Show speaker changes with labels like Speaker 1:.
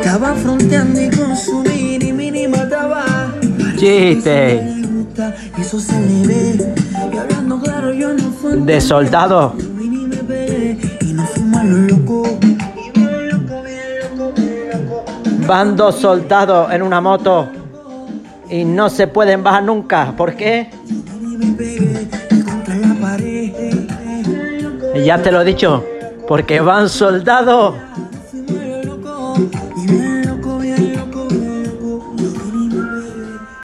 Speaker 1: Estaba fronteando y con su mini, mini mataba.
Speaker 2: Chiste.
Speaker 1: Eso le gusta, Eso se le ve. Y hablando claro, yo no fui.
Speaker 2: De soldado.
Speaker 1: Yo vine y me pegué. Y no fui malo, loco. Y bien loco, bien loco, bien loco.
Speaker 2: Van dos soldados en una moto y no se pueden bajar nunca. ¿Por qué?
Speaker 1: Vine y me pegué. Y contra la pared.
Speaker 2: Ya te lo he dicho. Porque van soldados